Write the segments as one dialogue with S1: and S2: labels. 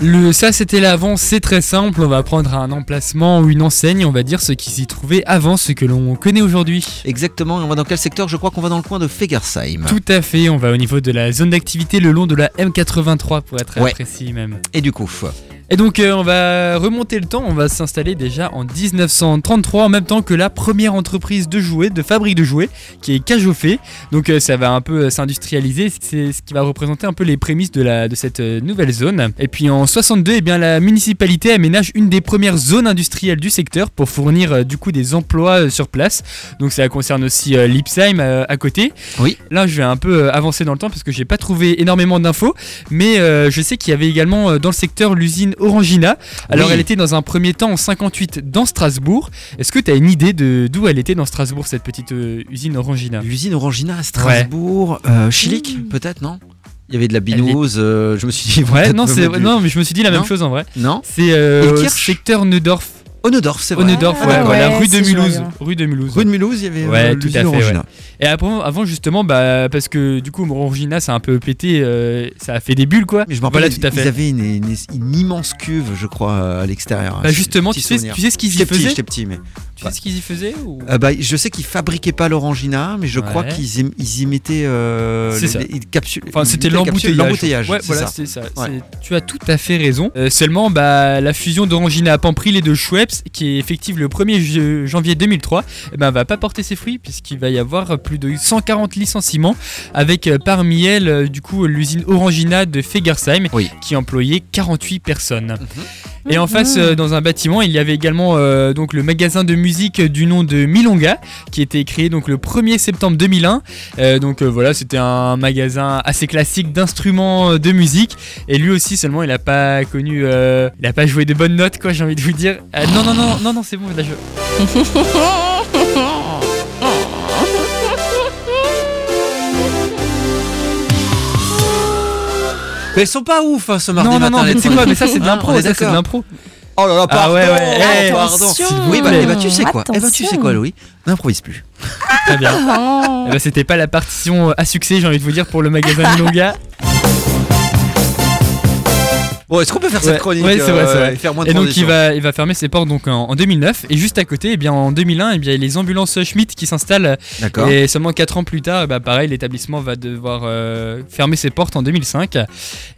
S1: Le ça c'était l'avant, c'est très simple, on va prendre un emplacement ou une enseigne, on va dire ce qui s'y trouvait avant ce que l'on connaît aujourd'hui.
S2: Exactement, et on va dans quel secteur Je crois qu'on va dans le coin de Fegersheim.
S1: Tout à fait, on va au niveau de la zone d'activité le long de la M83 pour être
S2: Ouais.
S1: précis même.
S2: Et du coup,
S1: Et donc euh, on va remonter le temps, on va s'installer déjà en 1933 en même temps que la première entreprise de jouets, de fabrique de jouets, qui est Cajofé. Donc euh, ça va un peu euh, s'industrialiser, c'est ce qui va représenter un peu les prémices de, la, de cette euh, nouvelle zone. Et puis en 62, eh bien, la municipalité aménage une des premières zones industrielles du secteur pour fournir euh, du coup des emplois euh, sur place. Donc ça concerne aussi euh, Lipsheim euh, à côté.
S2: Oui.
S1: Là je vais un peu euh, avancer dans le temps parce que j'ai pas trouvé énormément d'infos. Mais euh, je sais qu'il y avait également euh, dans le secteur l'usine Orangina. Alors
S2: Oui.
S1: elle était dans un premier temps en 58 dans Strasbourg. Est-ce que tu as une idée de d'où elle était dans Strasbourg, cette petite euh, usine Orangina
S2: l'usine Orangina à Strasbourg, euh, Chilic peut-être, non Il y avait de la binouze, euh, je me suis dit...
S1: Ouais,
S2: peut-être
S1: non,
S2: me
S1: c'est,
S2: mettre du-
S1: non, mais je me suis dit la
S2: Non.
S1: même chose en vrai.
S2: Non
S1: C'est euh,
S2: Et Kirch
S1: secteur Neudorf.
S2: Honodorf, c'est vrai.
S1: Neudorf,
S3: Ah,
S1: ouais,
S3: ouais,
S1: voilà, rue de
S3: c'est
S1: Mulhouse.
S3: joyeux.
S1: Rue de Mulhouse.
S2: Rue de Mulhouse, il y avait euh,
S1: Ouais, tout à
S2: l'usine
S1: fait, ouais.
S2: Orangina.
S1: Et avant, avant justement, bah, parce que du coup, Orangina, ça a un peu pété, euh, ça a fait des bulles quoi. Bah,
S2: Mais je me rappelle,
S1: voilà, tout à
S2: ils
S1: fait.
S2: avaient une, une- une immense cuve, je crois, euh, à l'extérieur.
S1: Bah
S2: Je-
S1: justement, tu
S2: petit
S1: sais,
S2: souvenir.
S1: tu sais ce qu'ils y
S2: J'étais petit,
S1: faisaient
S2: j'étais petit, mais...
S1: Tu sais ce qu'ils y faisaient ou-
S2: Euh, bah, je sais qu'ils fabriquaient pas l'orangina, mais je crois
S1: Ouais.
S2: qu'ils y, ils y mettaient euh,
S1: C'est ça.
S2: les- les capsules.
S1: Enfin,
S2: ils
S1: c'était
S2: mettaient les capsules-
S1: l'embouteillage.
S2: l'embouteillage.
S1: Ouais,
S2: c'est
S1: voilà,
S2: ça.
S1: c'est ça.
S2: Ouais.
S1: C'est- Tu as tout à fait raison. Euh, seulement, bah, la fusion d'Orangina à Pampril et de Schweppes, qui est effective le 1er ju- janvier 2003, eh ben, va pas porter ses fruits, puisqu'il va y avoir plus de 140 licenciements, avec euh, parmi elles, euh, du coup, l'usine Orangina de Fegersheim,
S2: Oui.
S1: qui employait 48 personnes.
S3: Mhm.
S1: Et en face, euh, dans un bâtiment, il y avait également euh, donc le magasin de musique du nom de Milonga, qui était créé donc le 1er septembre 2001. Euh, donc euh, voilà, c'était un magasin assez classique d'instruments euh, de musique. Et lui aussi seulement, il a pas connu, euh, il a pas joué de bonnes notes, quoi. J'ai envie de vous dire. Euh, non, non, non, non, non, c'est bon. Là, je...
S2: Mais elles sont pas ouf hein, ce mardi
S1: Non, non,
S2: matin.
S1: non, mais
S2: les
S1: tu sais
S2: trucs.
S1: quoi Mais ça, c'est de
S2: Ah,
S1: l'impro.
S2: on est
S1: ça, c'est de
S2: d'accord.
S1: l'impro.
S2: Oh là là,
S1: Ah
S2: pardon.
S1: ouais, ouais, ouais,
S3: Attention.
S2: pardon.
S3: S'il
S2: Oui,
S1: vous
S2: bah,
S1: plaît.
S2: eh bah, tu sais quoi Eh bah, tu sais
S3: Attention.
S2: quoi, Louis N'improvise plus.
S1: Très bien. Eh ben, c'était pas la partition euh, à succès, j'ai envie de vous dire, pour le magasin Milonga.
S2: Bon, est-ce qu'on peut faire
S1: Ouais,
S2: cette chronique
S1: ouais, c'est vrai, c'est
S2: euh,
S1: vrai.
S2: et faire moins de
S1: Et donc il
S2: transitions
S1: va, il va fermer ses portes donc en, en 2009 et juste à côté eh bien en 2001 eh bien il y a les ambulances Schmitt qui s'installent
S2: D'accord.
S1: et seulement 4 ans plus tard eh ben, pareil l'établissement va devoir euh, fermer ses portes en 2005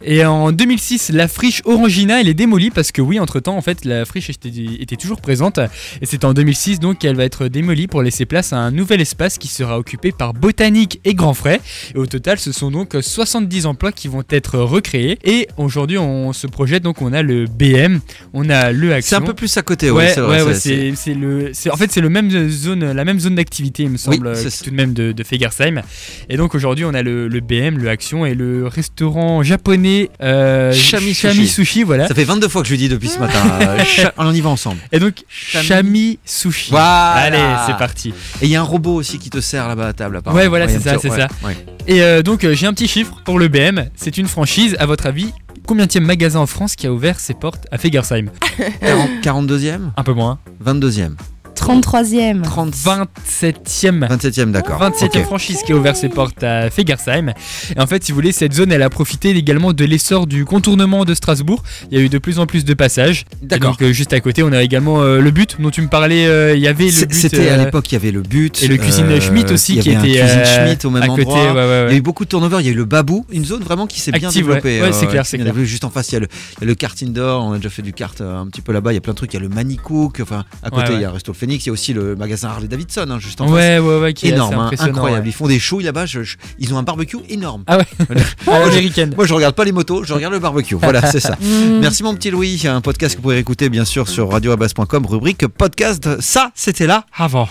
S1: et en 2006 la friche Orangina elle est démolie parce que oui entre temps en fait la friche était, était toujours présente et c'est en 2006 donc qu'elle va être démolie pour laisser place à un nouvel espace qui sera occupé par Botanique et Grand Frais et au total, ce sont donc 70 emplois qui vont être recréés. Et aujourd'hui, on se projette, donc on a le BM, on a le
S2: C'est
S1: Action.
S2: un peu plus à côté, ouais,
S1: Ouais,
S2: c'est
S1: ouais,
S2: vrai.
S1: ouais,
S2: c'est- c'est-
S1: c'est c'est le, c'est- en fait c'est le même zone, la même zone d'activité, il me semble,
S2: c'est
S1: euh,
S2: ça.
S1: tout de même de, de Fegersheim. Et donc aujourd'hui, on a le, le BM, le Action et le restaurant japonais euh,
S2: Chami Sushi.
S1: Sushi, voilà.
S2: Ça fait 22 fois que je lui dis depuis ce matin. euh, cha- On y va ensemble.
S1: Et donc
S2: Chami-
S1: Chami Sushi.
S2: Voilà.
S1: Allez, c'est parti.
S2: Et il y a un robot aussi qui te sert là-bas à table, apparemment.
S1: Ouais, voilà,
S2: il y a
S1: c'est
S2: un
S1: ça,
S2: petit-
S1: c'est
S2: ouais,
S1: ça.
S2: ouais.
S1: Et euh, donc euh, j'ai un petit chiffre pour le BM. C'est une franchise. À votre avis, combien de magasin en France qui a ouvert ses portes à Fegersheim
S2: 40 42e
S1: Un peu moins.
S2: 22e
S3: 33e.
S2: 30...
S1: 27e.
S2: 27e, d'accord.
S1: 27e
S2: Ok.
S1: franchise qui a ouvert ses portes à Fegersheim. Et en fait, si vous voulez, cette zone, elle a profité également de l'essor du contournement de Strasbourg. Il y a eu de plus en plus de passages. Et
S2: D'accord.
S1: donc, euh, juste à côté, on a également euh, le but dont tu me parlais. euh, Il y avait le
S2: C'est-
S1: but.
S2: C'était à
S1: euh,
S2: l'époque, il y avait le but.
S1: Et le cuisine
S2: euh,
S1: Schmitt aussi
S2: il y
S1: qui
S2: avait
S1: était
S2: un cuisine
S1: euh,
S2: Schmitt au même
S1: à côté. ouais, ouais,
S2: endroit. Il y a
S1: ouais.
S2: eu beaucoup de turnover. Il y a eu le Babou, une zone vraiment qui s'est bien
S1: Active, ouais.
S2: développée. euh,
S1: Ouais, c'est clair,
S2: qui-
S1: c'est
S2: il y en
S1: clair.
S2: avait juste en face, il y a le, il y a le karting d'or. On a déjà fait du kart euh, un petit peu là-bas. Il y a plein de trucs. Il y a le Manicook. Enfin, à côté,
S1: Ouais, ouais.
S2: il y a Resto Phoenix. Il y a aussi le magasin Harley Davidson, hein, juste en face.
S1: Ouais, ouais, ouais, qui est assez
S2: Énorme, hein,
S1: impressionnant.
S2: incroyable.
S1: ouais.
S2: Ils font des shows là-bas. je- je- ils ont un barbecue énorme.
S1: Ah ouais, à
S2: Oh,
S1: l'américaine.
S2: Moi, je regarde pas les motos, je regarde le barbecue. Voilà, c'est ça. Merci mon petit Louis, un podcast que vous pouvez écouter bien sûr sur radioabas.com, rubrique podcast. Ça, c'était là
S1: Avant.